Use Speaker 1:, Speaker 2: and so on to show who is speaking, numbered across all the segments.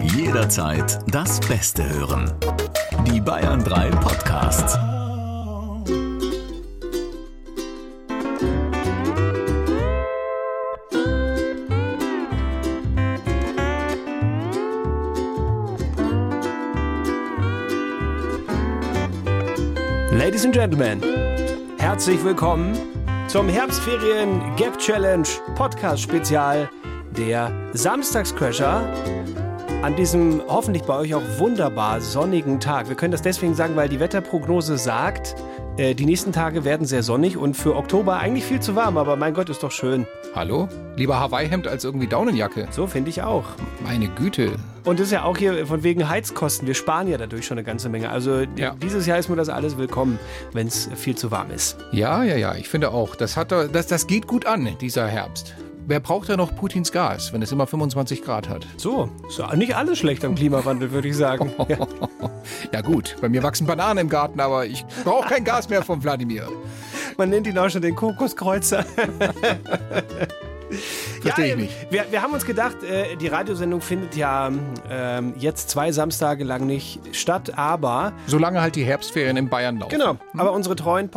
Speaker 1: Jederzeit das Beste hören. Die Bayern 3 Podcasts.
Speaker 2: Ladies and Gentlemen, herzlich willkommen zum Herbstferien Gap Challenge Podcast Spezial der Samstagscrasher. An diesem hoffentlich bei euch auch wunderbar sonnigen Tag. Wir können das deswegen sagen, weil die Wetterprognose sagt, äh, die nächsten Tage werden sehr sonnig und für Oktober eigentlich viel zu warm, aber mein Gott, ist doch schön.
Speaker 3: Hallo? Lieber Hawaii-Hemd als irgendwie Daunenjacke.
Speaker 2: So finde ich auch.
Speaker 3: Meine Güte.
Speaker 2: Und das ist ja auch hier von wegen Heizkosten. Wir sparen ja dadurch schon eine ganze Menge. Also
Speaker 3: Ja.
Speaker 2: dieses Jahr ist mir das alles willkommen, wenn es viel zu warm ist.
Speaker 3: Ja, ja, ja, ich finde auch. Das, hat, doch- das, das geht gut an, dieser Herbst. Wer braucht da noch Putins Gas, wenn es immer 25 Grad hat?
Speaker 2: So, ist ja nicht alles schlecht am Klimawandel, würde ich sagen. Ja.
Speaker 3: Ja gut, bei mir wachsen Bananen im Garten, aber ich brauche kein Gas mehr von Wladimir.
Speaker 2: Man nennt ihn auch schon den Kokoskreuzer.
Speaker 3: Verstehe ich
Speaker 2: äh,
Speaker 3: nicht.
Speaker 2: Wir, wir haben uns gedacht, äh, die Radiosendung findet ja ähm, jetzt zwei Samstage lang nicht statt, aber
Speaker 3: Solange halt die Herbstferien in Bayern laufen.
Speaker 2: genau. Aber unsere treuen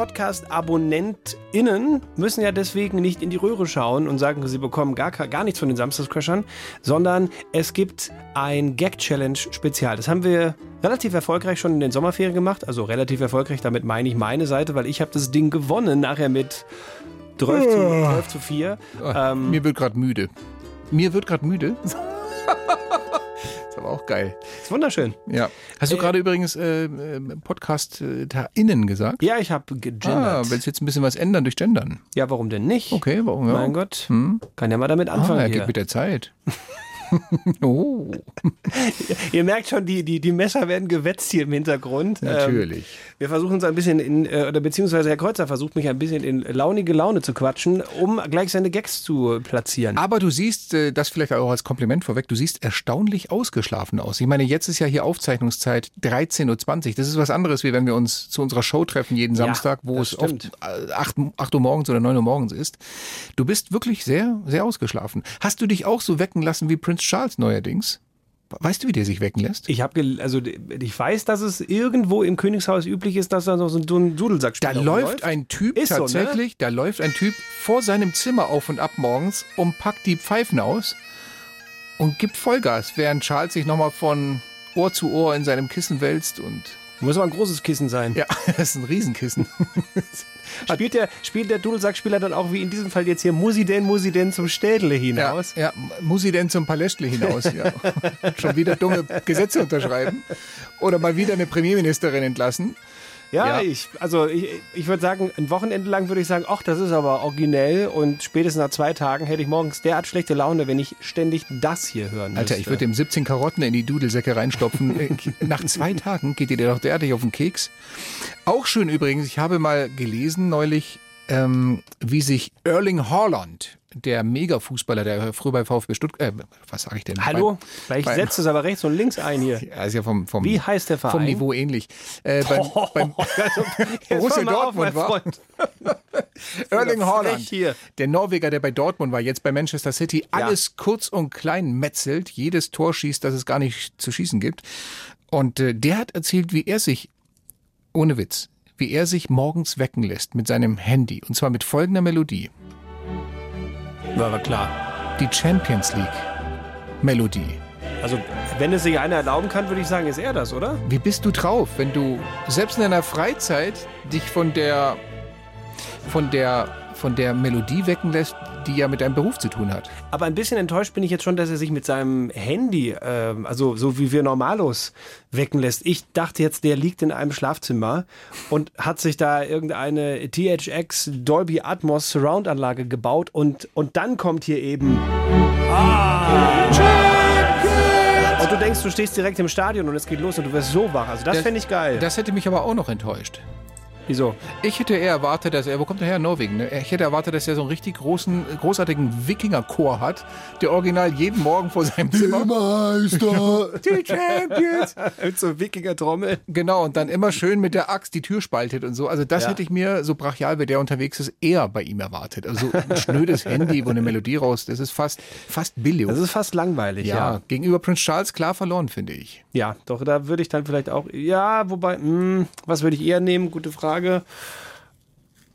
Speaker 2: Podcast-AbonnentInnen müssen ja deswegen nicht in die Röhre schauen und sagen, sie bekommen gar, ke- gar nichts von den Samstagscrashern, sondern es gibt ein Gag-Challenge-Spezial. Das haben wir relativ erfolgreich schon in den Sommerferien gemacht. Also relativ erfolgreich, damit meine ich meine Seite, weil ich habe das Ding gewonnen nachher mit 12 zu,
Speaker 3: Ah.
Speaker 2: 12 zu 4.
Speaker 3: Mir wird gerade müde. Mir wird gerade müde. ist aber auch geil.
Speaker 2: Ist wunderschön.
Speaker 3: Ja. Hast du gerade übrigens äh, äh, Podcast äh, da innen gesagt?
Speaker 2: Ja, ich habe
Speaker 3: Ah,
Speaker 2: gegendert.
Speaker 3: willst du jetzt ein bisschen was ändern durch Gendern?
Speaker 2: ja, warum denn nicht?
Speaker 3: Okay, warum ja?
Speaker 2: Mein Gott, kann ja mal damit
Speaker 3: Ah,
Speaker 2: anfangen.
Speaker 3: er
Speaker 2: hier. Ähm,
Speaker 3: geht mit der Zeit. oh,
Speaker 2: Ihr merkt schon, die, die, die Messer werden gewetzt hier im Hintergrund.
Speaker 3: natürlich.
Speaker 2: Ähm, wir versuchen uns ein bisschen in, äh, oder beziehungsweise Herr Kreuzer versucht mich ein bisschen in launige Laune zu quatschen, um gleich seine Gags zu platzieren.
Speaker 3: Aber du siehst, äh, das vielleicht auch als Kompliment vorweg, du siehst erstaunlich ausgeschlafen aus. Ich meine, jetzt ist ja hier Aufzeichnungszeit 13.20 Uhr. Das ist was anderes, wie wenn wir uns zu unserer Show treffen jeden Samstag, wo
Speaker 2: das
Speaker 3: es oft
Speaker 2: stimmt.
Speaker 3: äh, 8, Uhr morgens oder 9 Uhr morgens ist. Du bist wirklich sehr, sehr ausgeschlafen. Hast du dich auch so wecken lassen wie Prince Charles neuerdings? Weißt du, wie der sich wecken lässt?
Speaker 2: Ich habe also ich weiß, dass es irgendwo im Königshaus üblich ist, dass da noch so ein Dun- Dudelsack
Speaker 3: Da läuft ein Typ
Speaker 2: Ist so, ne?
Speaker 3: tatsächlich, da läuft ein Typ vor seinem Zimmer auf und ab morgens und packt die Pfeifen aus und gibt Vollgas, während Charles sich nochmal von Ohr zu Ohr in seinem Kissen wälzt und
Speaker 2: Muss aber ein großes Kissen sein.
Speaker 3: ja, das ist ein Riesenkissen.
Speaker 2: Spielt der, spielt der Dudelsackspieler dann auch wie in diesem Fall jetzt hier Musi denn, Musi denn zum Städle
Speaker 3: Ja,
Speaker 2: hinaus?
Speaker 3: ja, muss sie denn zum Palästle hinaus? Ja. Schon wieder dumme Gesetze unterschreiben oder mal wieder eine Premierministerin entlassen.
Speaker 2: Ja,
Speaker 3: Ja.
Speaker 2: ich, also ich, ich würde sagen, ein Wochenende lang würde ich sagen, ach, das ist aber originell und spätestens nach zwei Tagen hätte ich morgens derart schlechte Laune, wenn ich ständig das äh, hier hören
Speaker 3: Alter,
Speaker 2: müsste.
Speaker 3: ich würde dem 17 Karotten in die Dudelsäcke reinstopfen. Äh, Nach zwei Tagen geht ihr dir doch derartig auf den Keks. Auch schön übrigens, ich habe mal gelesen neulich, ähm, wie sich Erling Haaland, der Mega-Fußballer, der früher bei VfB Stuttgart, äh, was sage ich denn?
Speaker 2: Hallo?
Speaker 3: Bei,
Speaker 2: Weil ich
Speaker 3: bei,
Speaker 2: setze es aber rechts und links ein hier.
Speaker 3: ja, ist ja vom, vom,
Speaker 2: Wie heißt der Verein? Oh,
Speaker 3: vom Niveau ähnlich. Äh, beim, beim
Speaker 2: Also, Jetzt
Speaker 3: Borussia
Speaker 2: hör mal auf,
Speaker 3: Dortmund
Speaker 2: mein
Speaker 3: war
Speaker 2: Freund.
Speaker 3: Erling
Speaker 2: Frech
Speaker 3: Haaland,
Speaker 2: hier.
Speaker 3: der Norweger, der bei Dortmund war, jetzt bei Manchester City, alles kurz und klein metzelt, jedes Tor schießt, das es gar nicht zu schießen gibt. Und äh, der hat erzählt, wie er sich, ohne Witz, wie er sich morgens wecken lässt mit seinem Handy. Und zwar mit folgender Melodie.
Speaker 2: War aber klar.
Speaker 3: Die Champions League Melodie.
Speaker 2: Also, wenn es sich einer erlauben kann, würde ich sagen, ist er das, oder?
Speaker 3: Wie bist du drauf, wenn du selbst in deiner Freizeit dich von der, von der, von der Melodie wecken lässt, die ja mit deinem Beruf zu tun hat?
Speaker 2: Aber ein bisschen enttäuscht bin ich jetzt schon, dass er sich mit seinem Handy, ähm, also so wie wir Normalos, wecken lässt. Ich dachte jetzt, der liegt in einem Schlafzimmer und hat sich da irgendeine THX Dolby Atmos Surround Anlage gebaut und, und dann kommt hier eben. Ah! Und du denkst, du stehst direkt im Stadion und es geht los und du wirst so wach. Also das,
Speaker 3: Das-
Speaker 2: fände ich geil.
Speaker 3: Das hätte mich aber auch noch enttäuscht.
Speaker 2: Wieso?
Speaker 3: Ich hätte eher erwartet, dass er, wo kommt er her? Norwegen. Ne? Ich hätte erwartet, dass er so einen richtig großen, großartigen Wikingerchor hat, der original jeden Morgen vor seinem Zimmer.
Speaker 1: Meister!
Speaker 3: Die Champions!
Speaker 2: Mit so Wikinger-Trommel.
Speaker 3: Genau, und dann immer schön mit der Axt die Tür spaltet und so. Also das
Speaker 2: Ja.
Speaker 3: hätte ich mir, so brachial wie der unterwegs ist, eher bei ihm erwartet. Also ein schnödes Handy, wo eine Melodie raus, das ist fast, fast billig.
Speaker 2: Das ist fast langweilig,
Speaker 3: ja,
Speaker 2: ja.
Speaker 3: gegenüber Prince Charles klar verloren, finde ich.
Speaker 2: Ja, doch, da würde ich dann vielleicht auch. Ja, wobei, mh, was würde ich eher nehmen? Gute Frage.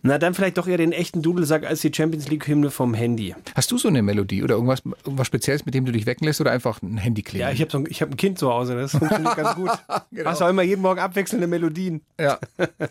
Speaker 2: Na, dann vielleicht doch eher den echten Dudelsack als die Champions League-Hymne vom Handy.
Speaker 3: Hast du so eine Melodie oder irgendwas, irgendwas Spezielles, mit dem du dich wecken lässt oder einfach ein Handy
Speaker 2: Ja,
Speaker 3: klingeln?
Speaker 2: ich habe so ein, ich hab ein Kind zu Hause, das funktioniert ganz gut. Hast auch immer jeden Morgen abwechselnde Melodien.
Speaker 3: Ja.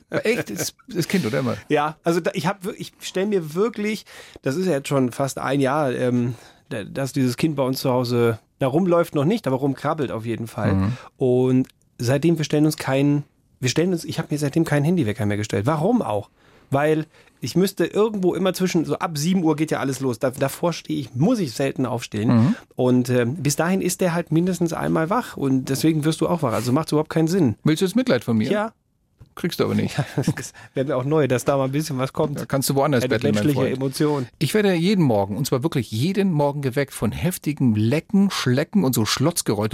Speaker 3: Echt? Das, das Kind, oder immer?
Speaker 2: Ja, also da, ich habe, ich stelle mir wirklich, das ist ja jetzt schon fast ein Jahr, ähm, da- dass dieses Kind bei uns zu Hause da rumläuft noch nicht, aber rumkrabbelt auf jeden Fall. Und seitdem wir stellen uns keinen, wir stellen uns, ich habe mir seitdem keinen Handywecker mehr gestellt. Warum auch? Weil ich müsste irgendwo immer zwischen, so ab 7 Uhr geht ja alles los. Da, davor stehe ich, muss ich selten aufstehen. Und ähm, bis dahin ist der halt mindestens einmal wach. Und deswegen wirst du auch wach. Also macht überhaupt keinen Sinn.
Speaker 3: Willst du jetzt Mitleid von mir?
Speaker 2: Ja,
Speaker 3: Kriegst du aber nicht.
Speaker 2: das wäre mir auch neu, dass da mal ein bisschen was kommt.
Speaker 3: Da kannst du woanders
Speaker 2: Eine
Speaker 3: betteln, mein
Speaker 2: menschliche
Speaker 3: Freund.
Speaker 2: Emotion.
Speaker 3: Ich werde jeden Morgen, und zwar wirklich jeden Morgen geweckt von heftigem Lecken, Schlecken und so Schlotzgeräusch.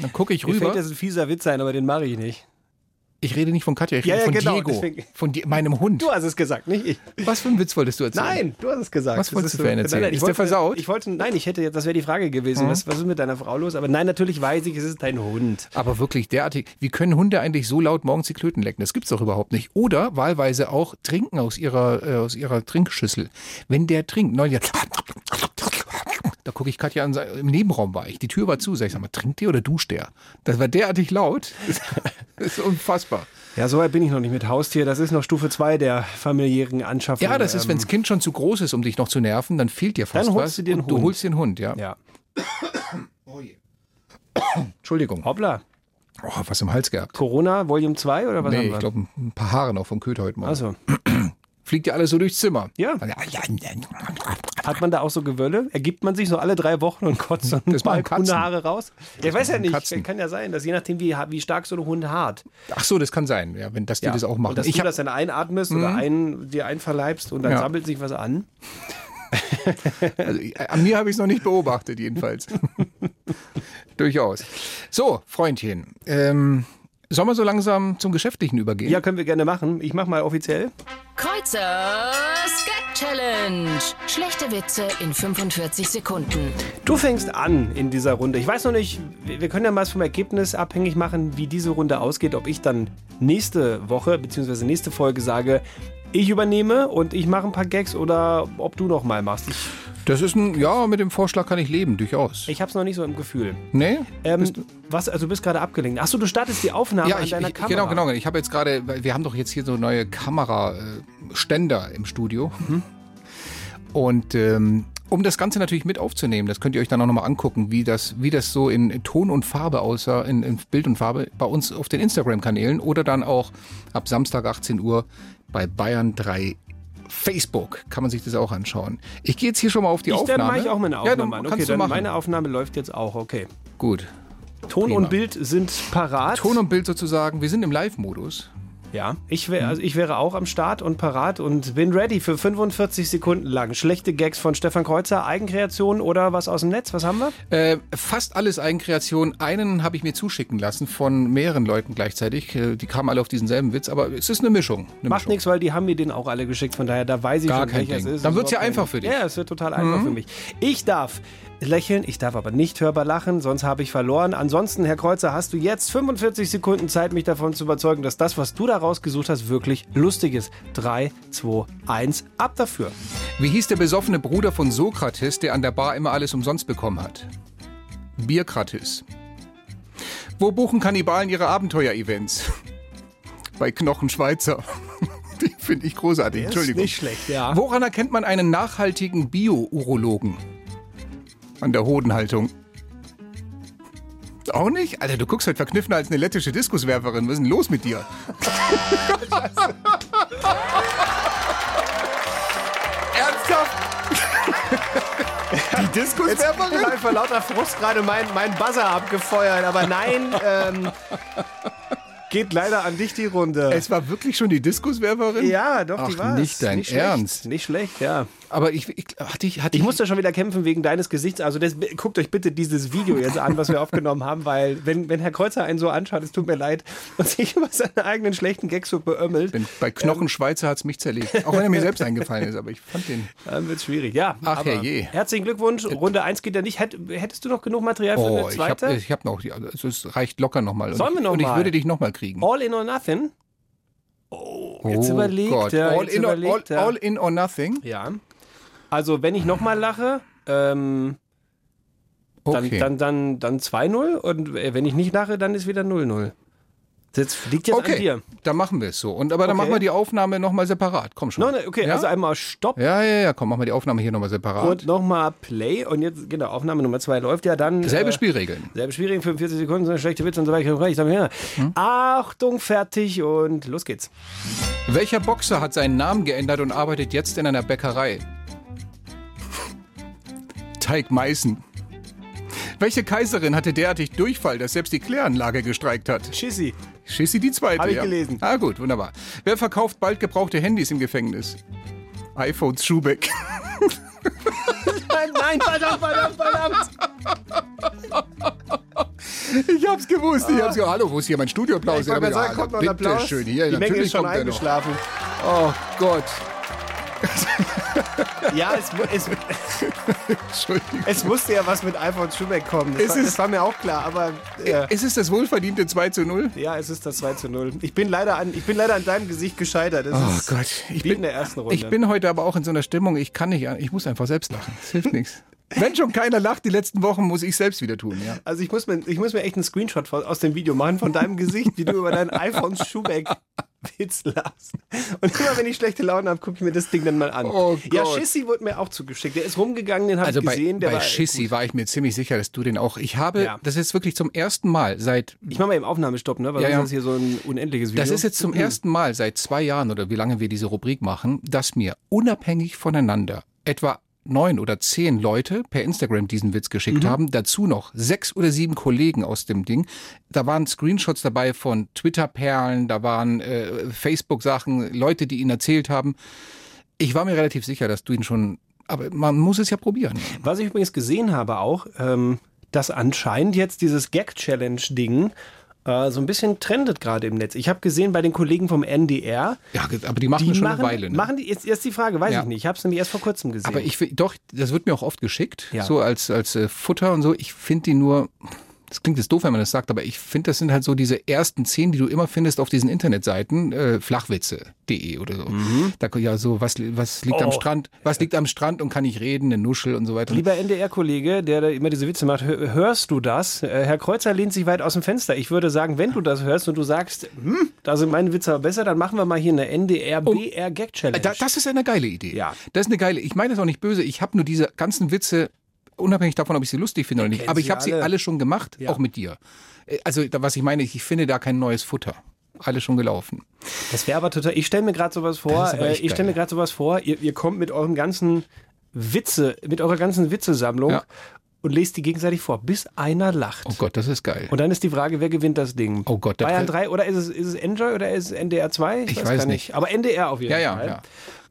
Speaker 3: Dann gucke ich
Speaker 2: Mir fällt
Speaker 3: rüber.
Speaker 2: jetzt ein fieser Witz ein, aber den mache ich nicht.
Speaker 3: Ich rede nicht von Katja, ich
Speaker 2: Ja, ja,
Speaker 3: rede von
Speaker 2: genau,
Speaker 3: Diego.
Speaker 2: deswegen-
Speaker 3: Von di meinem Hund.
Speaker 2: Du hast es gesagt, nicht ich.
Speaker 3: Was für einen Witz wolltest du erzählen?
Speaker 2: Nein, du hast es gesagt.
Speaker 3: Was
Speaker 2: Das
Speaker 3: wolltest
Speaker 2: ist Hm?
Speaker 3: du für einen
Speaker 2: nein,
Speaker 3: erzählen?
Speaker 2: nein, ich
Speaker 3: Ist der
Speaker 2: wollte-
Speaker 3: versaut?
Speaker 2: Ich wollte, nein, ich hätte jetzt, das wäre die Frage gewesen. Was, was ist mit deiner Frau los? Aber nein, natürlich weiß ich, es ist dein Hund.
Speaker 3: Aber wirklich derartig. Wie können Hunde eigentlich so laut morgens die Klöten lecken? Das gibt's doch überhaupt nicht. Oder wahlweise auch trinken aus ihrer, äh, aus ihrer Trinkschüssel. Wenn der trinkt, neulich. Da gucke ich Katja an, sag- im Nebenraum war ich. Die Tür war zu. Sag ich, sag mal, trinkt der oder duscht der? Das war derartig laut. Das ist unfassbar.
Speaker 2: Ja, so weit bin ich noch nicht mit Haustier. Das ist noch Stufe 2 der familiären Anschaffung.
Speaker 3: Ja, das ist,
Speaker 2: Ähm,
Speaker 3: wenn das Kind schon zu groß ist, um dich noch zu nerven, Also, dann fehlt dir fast
Speaker 2: Dann holst
Speaker 3: was.
Speaker 2: du dir einen
Speaker 3: und du
Speaker 2: Hund.
Speaker 3: holst den Hund, ja.
Speaker 2: Ja.
Speaker 3: Entschuldigung.
Speaker 2: Hoppla.
Speaker 3: Oh, was im Hals gehabt.
Speaker 2: Corona, Volume 2 oder was
Speaker 3: nee,
Speaker 2: haben wir?
Speaker 3: ich glaube, ein paar Haare noch vom Köter heute Morgen.
Speaker 2: also,
Speaker 3: Fliegt ja alles so durchs Zimmer.
Speaker 2: Ja. hat man da auch so Gewölle? Ergibt man sich so alle drei Wochen und kotzt dann
Speaker 3: Das
Speaker 2: mal
Speaker 3: machen Katzen.
Speaker 2: grüne Haare raus? Ja, ich weiß ja nicht.
Speaker 3: Katzen.
Speaker 2: Kann ja sein, dass je nachdem, wie, wie stark so ein Hund hart.
Speaker 3: Ach so, das kann sein, ja, wenn dass die
Speaker 2: Ja.
Speaker 3: das auch machen.
Speaker 2: Und dass
Speaker 3: ich
Speaker 2: du
Speaker 3: hab, Mhm.
Speaker 2: das dann einatmest oder ein, dir einverleibst und dann
Speaker 3: Ja.
Speaker 2: sammelt sich was an.
Speaker 3: also, ich- an mir habe ich es noch nicht beobachtet, jedenfalls. Durchaus. So, Freundchen, ähm, sollen wir so langsam zum Geschäftlichen übergehen?
Speaker 2: Ja, können wir gerne machen. Ich mach mal offiziell.
Speaker 4: Kreuzer Skag Challenge. Schlechte Witze in 45 Sekunden.
Speaker 2: Du fängst an in dieser Runde. Ich weiß noch nicht, wir wir können ja mal vom Ergebnis abhängig machen, wie diese Runde ausgeht, ob ich dann nächste Woche bzw. nächste Folge sage, ich übernehme und ich mache ein paar Gags oder ob du noch mal machst. Ich,
Speaker 3: Das ist ein, ja, mit dem Vorschlag kann ich leben, durchaus.
Speaker 2: ich habe es noch nicht so im Gefühl.
Speaker 3: nee?
Speaker 2: Ähm, was, also du bist gerade abgelenkt. Achso, du startest die Aufnahme
Speaker 3: Ja,
Speaker 2: an
Speaker 3: ich,
Speaker 2: deiner
Speaker 3: ich,
Speaker 2: Kamera.
Speaker 3: genau, genau. Ich habe jetzt gerade, weil wir haben doch jetzt hier so neue Kameraständer im Studio.
Speaker 2: Mhm.
Speaker 3: Und ähm, um das Ganze natürlich mit aufzunehmen, das könnt ihr euch dann auch nochmal angucken, wie das, wie das so in Ton und Farbe aussah, in, in Bild und Farbe bei uns auf den Instagram-Kanälen oder dann auch ab Samstag 18 Uhr bei Bayern 3 Facebook. Kann man sich das auch anschauen. Ich gehe jetzt hier schon mal auf die
Speaker 2: Ich,
Speaker 3: Aufnahme.
Speaker 2: dann mache ich auch meine
Speaker 3: Ja,
Speaker 2: Aufnahme
Speaker 3: dann
Speaker 2: an.
Speaker 3: kannst
Speaker 2: Okay,
Speaker 3: du
Speaker 2: dann
Speaker 3: machen.
Speaker 2: meine Aufnahme läuft jetzt auch. Okay.
Speaker 3: Gut.
Speaker 2: Ton und Bild sind parat.
Speaker 3: Ton und Bild sozusagen. Wir sind im Live-Modus.
Speaker 2: Ja, ich, wär, also ich wäre auch am Start und parat und bin ready für 45 Sekunden lang. Schlechte Gags von Stefan Kreuzer, Eigenkreation oder was aus dem Netz? Was haben wir?
Speaker 3: Äh, fast alles Eigenkreation. Einen habe ich mir zuschicken lassen von mehreren Leuten gleichzeitig. Äh, Die kamen alle auf diesen selben Witz, aber es ist eine Mischung. Eine
Speaker 2: Macht
Speaker 3: Mischung.
Speaker 2: nichts, weil die haben mir den auch alle geschickt. Von daher, da weiß ich
Speaker 3: Gar
Speaker 2: schon,
Speaker 3: kein
Speaker 2: welcher es
Speaker 3: Ding.
Speaker 2: ist.
Speaker 3: Dann
Speaker 2: Ist
Speaker 3: wird's ja
Speaker 2: überhaupt
Speaker 3: einfach
Speaker 2: kein-
Speaker 3: für dich. Mhm.
Speaker 2: Ja, es wird total einfach für mich. Ich darf lächeln, ich darf aber nicht hörbar lachen, sonst habe ich verloren. Ansonsten, Herr Kreuzer, hast du jetzt 45 Sekunden Zeit, mich davon zu überzeugen, dass das, was du da rausgesucht hast, wirklich lustig ist. 3, 2, 1, ab dafür.
Speaker 3: Wie hieß der besoffene Bruder von Sokrates, der an der Bar immer alles umsonst bekommen hat? Bierkrates. Wo buchen Kannibalen ihre Abenteuer-Events? Bei Knochen Schweizer. Die finde ich großartig. Entschuldigung.
Speaker 2: Ist nicht schlecht, ja.
Speaker 3: Woran erkennt man einen nachhaltigen Bio-Urologen? An der Hodenhaltung. Auch nicht? Alter, du guckst halt verkniffener als eine lettische Diskuswerferin. Was ist denn los mit dir? Ernsthaft? Die
Speaker 2: Ich
Speaker 3: Diskuswerferin?
Speaker 2: habe vor lauter Frust gerade meinen mein Buzzer abgefeuert, aber nein. Ähm, Geht leider an dich die Runde.
Speaker 3: Es war wirklich schon die Diskuswerferin?
Speaker 2: ja, doch, die
Speaker 3: Ach,
Speaker 2: war's.
Speaker 3: nicht dein
Speaker 2: schlecht,
Speaker 3: Ernst.
Speaker 2: Nicht schlecht, ja.
Speaker 3: Aber ich, ich hatte ich, hatte
Speaker 2: Ich musste schon wieder kämpfen wegen deines Gesichts. Also das, guckt euch bitte dieses Video jetzt an, was wir aufgenommen haben, weil wenn, wenn Herr Kreuzer einen so anschaut, es tut mir leid, und sich über seine eigenen schlechten Gags so beömmelt,
Speaker 3: Denn bei Knochenschweizer hat es mich zerlegt. Auch wenn er mir selbst eingefallen ist, aber ich fand den.
Speaker 2: dann wird es schwierig. Ja,
Speaker 3: Ach, herrje.
Speaker 2: herzlichen Glückwunsch. Runde 1 geht ja nicht. Hätt, hättest du noch genug Material für
Speaker 3: Oh,
Speaker 2: eine
Speaker 3: ich habe
Speaker 2: zweite?
Speaker 3: ich hab noch. die- Also es reicht locker nochmal.
Speaker 2: Sollen wir noch
Speaker 3: Und ich
Speaker 2: mal?
Speaker 3: würde dich nochmal kriegen.
Speaker 2: All in or nothing? Oh, jetzt
Speaker 3: Oh
Speaker 2: überlegt
Speaker 3: Gott.
Speaker 2: er.
Speaker 3: all,
Speaker 2: jetzt
Speaker 3: in or, all,
Speaker 2: überlegt er.
Speaker 3: all in or nothing?
Speaker 2: Ja. Also, wenn ich nochmal lache, ähm, dann,
Speaker 3: Okay.
Speaker 2: dann, dann, dann 2-0 und äh, wenn ich nicht lache, dann ist wieder 0-0. Das liegt jetzt an
Speaker 3: okay,
Speaker 2: dir.
Speaker 3: dann machen wir es so. Und, aber dann
Speaker 2: Okay.
Speaker 3: machen wir die Aufnahme nochmal separat. Komm schon.
Speaker 2: No, no, okay,
Speaker 3: ja?
Speaker 2: also einmal Stopp
Speaker 3: ja, ja, ja, komm, machen wir die Aufnahme hier nochmal separat.
Speaker 2: und nochmal Play und jetzt, genau, Aufnahme Nummer 2 läuft ja dann.
Speaker 3: Selbe
Speaker 2: äh,
Speaker 3: Spielregeln.
Speaker 2: Selbe Spielregeln, 45 Sekunden, so eine schlechte Witze und so weiter. Ich sag, ja.
Speaker 3: Hm.
Speaker 2: Achtung, fertig und los geht's.
Speaker 3: Welcher Boxer hat seinen Namen geändert und arbeitet jetzt in einer Bäckerei? Teig Meißen. Welche Kaiserin hatte derartig Durchfall, dass selbst die Kläranlage gestreikt hat?
Speaker 2: Schissi,
Speaker 3: Schissi die zweite.
Speaker 2: Hab ich
Speaker 3: ja.
Speaker 2: gelesen.
Speaker 3: Ah, gut, wunderbar. Wer verkauft bald gebrauchte Handys im Gefängnis? iPhones Schubeck.
Speaker 2: nein, nein, verdammt, verdammt, verdammt.
Speaker 3: Ich hab's gewusst. Ich hab's gewusst. Hallo, wo ist hier mein Studioapplaus?
Speaker 2: Ich wollte
Speaker 3: hab
Speaker 2: gerade sagen, kommt noch ein
Speaker 3: bitte
Speaker 2: Applaus.
Speaker 3: schön hier.
Speaker 2: Die Menge
Speaker 3: natürlich
Speaker 2: ist schon
Speaker 3: kommt der noch.
Speaker 2: eingeschlafen.
Speaker 3: Oh Gott.
Speaker 2: Ja, es, es,
Speaker 3: Entschuldigung.
Speaker 2: es musste ja was mit Alfons Schubeck kommen. Das,
Speaker 3: Es
Speaker 2: war,
Speaker 3: ist-
Speaker 2: das war mir auch klar, aber äh,
Speaker 3: Ist es das wohlverdiente 2 zu 0?
Speaker 2: ja, es ist das 2 zu 0. Ich bin leider an, ich bin leider an deinem Gesicht gescheitert. Es
Speaker 3: Oh
Speaker 2: ist
Speaker 3: Gott. Ich
Speaker 2: wie in der ersten Runde.
Speaker 3: Ich bin heute aber auch in so einer Stimmung, ich kann nicht, an- ich muss einfach selbst lachen. Es hilft nichts. Wenn schon keiner lacht, die letzten Wochen muss ich selbst wieder tun, ja.
Speaker 2: also ich muss, mir, ich muss mir echt einen Screenshot von, aus dem Video machen von deinem Gesicht, wie du über deinen Alfons Schubeck Witz lachst. Und immer wenn ich schlechte Laune habe, gucke ich mir das Ding dann mal an.
Speaker 3: Oh
Speaker 2: ja,
Speaker 3: Gott.
Speaker 2: Schissi wurde mir auch zugeschickt. Der ist rumgegangen, den habe
Speaker 3: Also
Speaker 2: ich
Speaker 3: bei,
Speaker 2: gesehen. Der
Speaker 3: bei
Speaker 2: war
Speaker 3: Schissi war ich mir ziemlich sicher, dass du den auch. Ich habe,
Speaker 2: Ja.
Speaker 3: das ist wirklich zum ersten Mal seit,
Speaker 2: Ich mache mal eben Aufnahmestopp, ne? Weil
Speaker 3: Ja,
Speaker 2: sonst
Speaker 3: ja.
Speaker 2: ist das hier so ein unendliches Video. Mhm.
Speaker 3: das ist jetzt zum ersten Mal seit zwei Jahren oder wie lange wir diese Rubrik machen, dass mir unabhängig voneinander etwa neun oder zehn Leute per Instagram diesen Witz geschickt
Speaker 2: Mhm.
Speaker 3: haben, dazu noch sechs oder sieben Kollegen aus dem Ding. Da waren Screenshots dabei von Twitter-Perlen, da waren äh, Facebook-Sachen, Leute, die ihn erzählt haben. Ich war mir relativ sicher, dass du ihn schon, aber man muss es ja probieren.
Speaker 2: Was ich übrigens gesehen habe auch, ähm, dass anscheinend jetzt dieses Gag-Challenge-Ding äh, so ein bisschen trendet gerade im Netz. Ich habe gesehen bei den Kollegen vom NDR,
Speaker 3: Ja, aber die machen
Speaker 2: die
Speaker 3: schon
Speaker 2: machen,
Speaker 3: eine Weile. Ne?
Speaker 2: machen die, jetzt erst die Frage, weiß
Speaker 3: Ja.
Speaker 2: ich nicht. Ich habe es nämlich erst vor kurzem gesehen.
Speaker 3: Aber ich fi- doch, das wird mir auch oft geschickt,
Speaker 2: Ja.
Speaker 3: so als, als äh, Futter und so. Ich finde die nur, das klingt jetzt doof, wenn man das sagt, aber ich finde, das sind halt so diese ersten zehn, die du immer findest auf diesen Internetseiten, äh, flachwitze.de oder so.
Speaker 2: Mhm.
Speaker 3: Da kommt ja so, was, was liegt
Speaker 2: Oh.
Speaker 3: am Strand, was liegt am Strand und kann ich reden, eine Nuschel und so weiter.
Speaker 2: Lieber NDR-Kollege, der da immer diese Witze macht, hör- hörst du das? Äh, Herr Kreuzer lehnt sich weit aus dem Fenster. Ich würde sagen, wenn du das hörst und du sagst, hm, da sind meine Witze aber besser, dann machen wir mal hier eine NDR-BR-Gag-Challenge.
Speaker 3: Äh, da, das ist eine geile Idee.
Speaker 2: Ja.
Speaker 3: Das ist eine geile, ich meine das auch nicht böse, ich habe nur diese ganzen Witze, unabhängig davon, ob ich sie lustig finde oder nicht,
Speaker 2: kennt
Speaker 3: aber
Speaker 2: sie
Speaker 3: ich habe sie
Speaker 2: alle.
Speaker 3: alle schon gemacht, auch mit dir. Äh, Also da, was ich meine, ich, ich finde da kein neues Futter. Alle schon gelaufen.
Speaker 2: Das wäre aber total. Ich stelle mir gerade sowas
Speaker 3: Das
Speaker 2: vor.
Speaker 3: ist aber
Speaker 2: Äh,
Speaker 3: echt
Speaker 2: ich stelle mir
Speaker 3: geil.
Speaker 2: gerade sowas vor. Ihr, ihr kommt mit eurem ganzen Witze, mit eurer ganzen Witzesammlung
Speaker 3: Ja.
Speaker 2: und lest die gegenseitig vor, bis einer lacht.
Speaker 3: Oh Gott, das ist geil.
Speaker 2: Und dann ist die Frage, wer gewinnt das Ding?
Speaker 3: Oh Gott, das
Speaker 2: Bayern
Speaker 3: wär-
Speaker 2: 3 oder ist es, ist es Enjoy oder ist es NDR 2?
Speaker 3: Ich weiß
Speaker 2: gar Aber NDR auf jeden
Speaker 3: ja, ja,
Speaker 2: Fall.
Speaker 3: ja.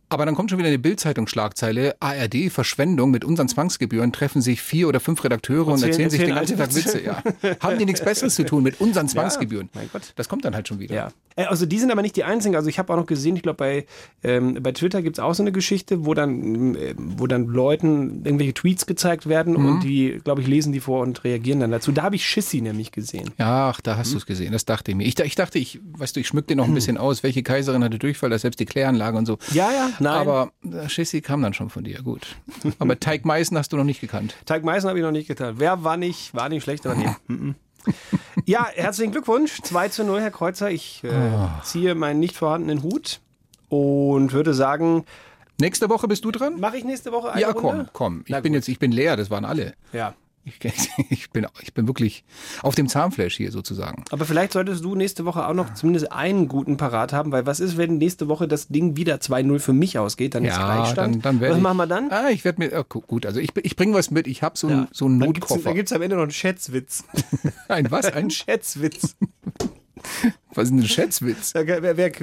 Speaker 3: Aber dann kommt schon wieder eine Bild-Zeitung-Schlagzeile. ARD, Verschwendung, mit unseren Zwangsgebühren treffen sich vier oder fünf Redakteure und
Speaker 2: Erzählen-
Speaker 3: erzählen, sich den ganzen
Speaker 2: erzählen
Speaker 3: Tag Witze. Ja. Haben die nichts Besseres zu tun mit unseren Zwangsgebühren?
Speaker 2: mein Gott.
Speaker 3: Das kommt dann halt schon wieder.
Speaker 2: Ja. Äh, Also die sind aber nicht die einzigen. Also ich habe auch noch gesehen, ich glaube bei, ähm, bei Twitter gibt es auch so eine Geschichte, wo dann, äh, wo dann Leuten irgendwelche Tweets gezeigt werden
Speaker 3: Mhm.
Speaker 2: und die, glaube ich, lesen die vor und reagieren dann dazu. Da habe ich Schissi nämlich gesehen.
Speaker 3: Ja, Ach, da hast
Speaker 2: Mhm.
Speaker 3: du es gesehen. Das dachte ich mir. Ich, da- ich dachte, ich, weißt du, ich schmück dir noch ein bisschen aus, welche Kaiserin hatte Durchfall, dass selbst die Kläranlage und so.
Speaker 2: Ja, ja, nein.
Speaker 3: Aber äh, Schissi kam dann schon von dir, gut. Aber Teig Meißen hast du noch nicht gekannt.
Speaker 2: Tag Meißen habe ich noch nicht getan. Wer war nicht, war nicht schlecht, aber nee. Mhm. ja, herzlichen Glückwunsch. 2 zu 0, Herr Kreuzer. Ich äh,
Speaker 3: Ah.
Speaker 2: ziehe meinen nicht vorhandenen Hut und würde sagen,
Speaker 3: Nächste Woche bist du dran?
Speaker 2: mache ich nächste Woche eine
Speaker 3: Ja, komm,
Speaker 2: Runde?
Speaker 3: komm. Ich
Speaker 2: Na
Speaker 3: bin
Speaker 2: gut.
Speaker 3: jetzt, ich bin leer, das waren alle.
Speaker 2: Ja.
Speaker 3: Ich, ich, bin, ich bin wirklich auf dem Zahnfleisch hier sozusagen.
Speaker 2: Aber vielleicht solltest du nächste Woche auch noch zumindest einen guten parat haben, weil was ist, wenn nächste Woche das Ding wieder 2-0 für mich ausgeht? Dann ist Gleichstand.
Speaker 3: dann, dann werde
Speaker 2: was
Speaker 3: ich,
Speaker 2: machen wir dann?
Speaker 3: Ah, ich werde mir, ah, gu- gut, also ich, ich bringe was mit, ich habe so,
Speaker 2: Ja.
Speaker 3: einen so einen
Speaker 2: Dann gibt's-
Speaker 3: Notkoffer.
Speaker 2: Dann gibt es am Ende noch einen Schätzwitz.
Speaker 3: Ein was? Ein
Speaker 2: Schätzwitz.
Speaker 3: Was ist denn ein Schätzwitz?
Speaker 2: Da- Wer, wer, wer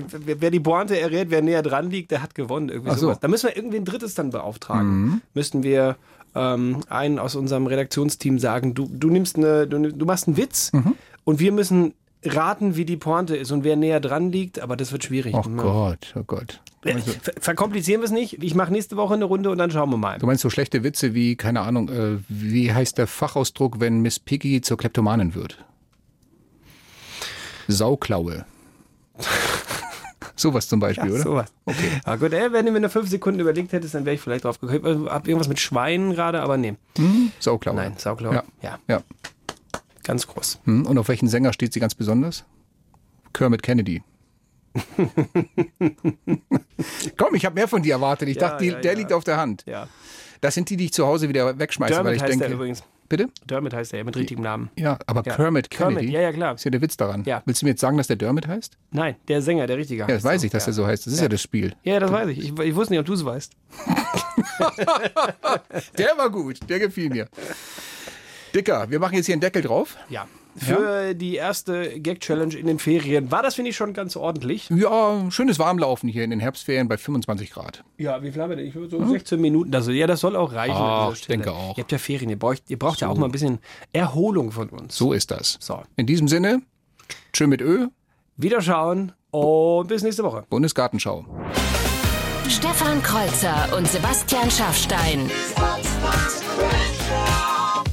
Speaker 2: wer die Pointe errät, wer näher dran liegt, der hat gewonnen. Irgendwie
Speaker 3: Ach so. Mhm.
Speaker 2: sowas. Da müssen wir irgendwie ein Drittes dann beauftragen. Müssten wir ähm, einen aus unserem Redaktionsteam sagen, du, du nimmst eine, du, nimm- du machst einen Witz
Speaker 3: Mhm.
Speaker 2: und wir müssen raten, wie die Pointe ist und wer näher dran liegt, aber das wird schwierig.
Speaker 3: Oh
Speaker 2: Ja.
Speaker 3: Gott, oh Gott.
Speaker 2: Äh, ver- Verkomplizieren wir es nicht. Ich mache nächste Woche eine Runde und dann schauen wir mal.
Speaker 3: Du meinst so schlechte Witze wie, keine Ahnung, äh, wie heißt der Fachausdruck, wenn Miss Piggy zur Kleptomanin wird? Sauklaue. Sowas zum Beispiel, oder?
Speaker 2: Sowas. Okay. Ja, gut, ey, wenn du mir nur fünf Sekunden überlegt hättest, dann wäre ich vielleicht drauf gekommen. Ich hab irgendwas mit Schweinen gerade, aber nee.
Speaker 3: Sauklaue.
Speaker 2: Nein, Sauklaue.
Speaker 3: Ja.
Speaker 2: Ja.
Speaker 3: ja.
Speaker 2: Ganz groß.
Speaker 3: Hm, Und auf welchen Sänger steht sie ganz besonders? Kermit Kennedy. Komm, ich habe mehr von dir erwartet. Ich
Speaker 2: Ja,
Speaker 3: dachte, die,
Speaker 2: ja,
Speaker 3: der
Speaker 2: ja.
Speaker 3: liegt auf der Hand.
Speaker 2: Ja.
Speaker 3: Das sind die, die ich zu Hause wieder wegschmeiße,
Speaker 2: Dermot
Speaker 3: weil ich
Speaker 2: heißt
Speaker 3: denke.
Speaker 2: der übrigens.
Speaker 3: Bitte?
Speaker 2: Dermot heißt er ja mit richtigem Namen.
Speaker 3: Ja, aber
Speaker 2: Ja.
Speaker 3: Kermit Kennedy.
Speaker 2: Kermit, ja, ja, klar.
Speaker 3: Ist ja der Witz daran.
Speaker 2: Ja.
Speaker 3: Willst du mir jetzt sagen, dass der Dermit heißt?
Speaker 2: Nein, der Sänger, der richtige.
Speaker 3: Ja, das weiß ich, dass der so heißt. Das ist ja, das Spiel.
Speaker 2: Ja, das weiß ich. ich. Ich wusste nicht, ob du es weißt.
Speaker 3: Der war gut, der gefiel mir. Dicker, wir machen jetzt hier einen Deckel drauf.
Speaker 2: Ja. Für die erste Gag-Challenge in den Ferien war das, finde ich, schon ganz ordentlich.
Speaker 3: Ja, schönes Warmlaufen hier in den Herbstferien bei 25 Grad.
Speaker 2: Ja, wie viel haben wir denn? Ich würde so 16 Minuten. Also, ja, das soll auch reichen. an
Speaker 3: Ach,
Speaker 2: dieser
Speaker 3: ich
Speaker 2: Stelle.
Speaker 3: denke auch.
Speaker 2: Ihr habt ja Ferien. Ihr braucht, ihr braucht ja auch mal ein bisschen Erholung von uns.
Speaker 3: So ist das.
Speaker 2: So.
Speaker 3: In diesem Sinne, schön mit Ö,
Speaker 2: Wiederschauen und bis nächste Woche.
Speaker 3: Bundesgartenschau.
Speaker 4: Stefan Kreuzer und Sebastian Schaffstein.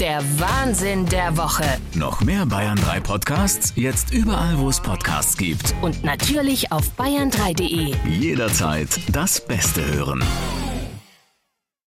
Speaker 4: Der Wahnsinn der Woche.
Speaker 1: Noch mehr Bayern 3 Podcasts jetzt überall, wo es Podcasts gibt.
Speaker 4: Und natürlich auf bayern3.de.
Speaker 1: Jederzeit das Beste hören.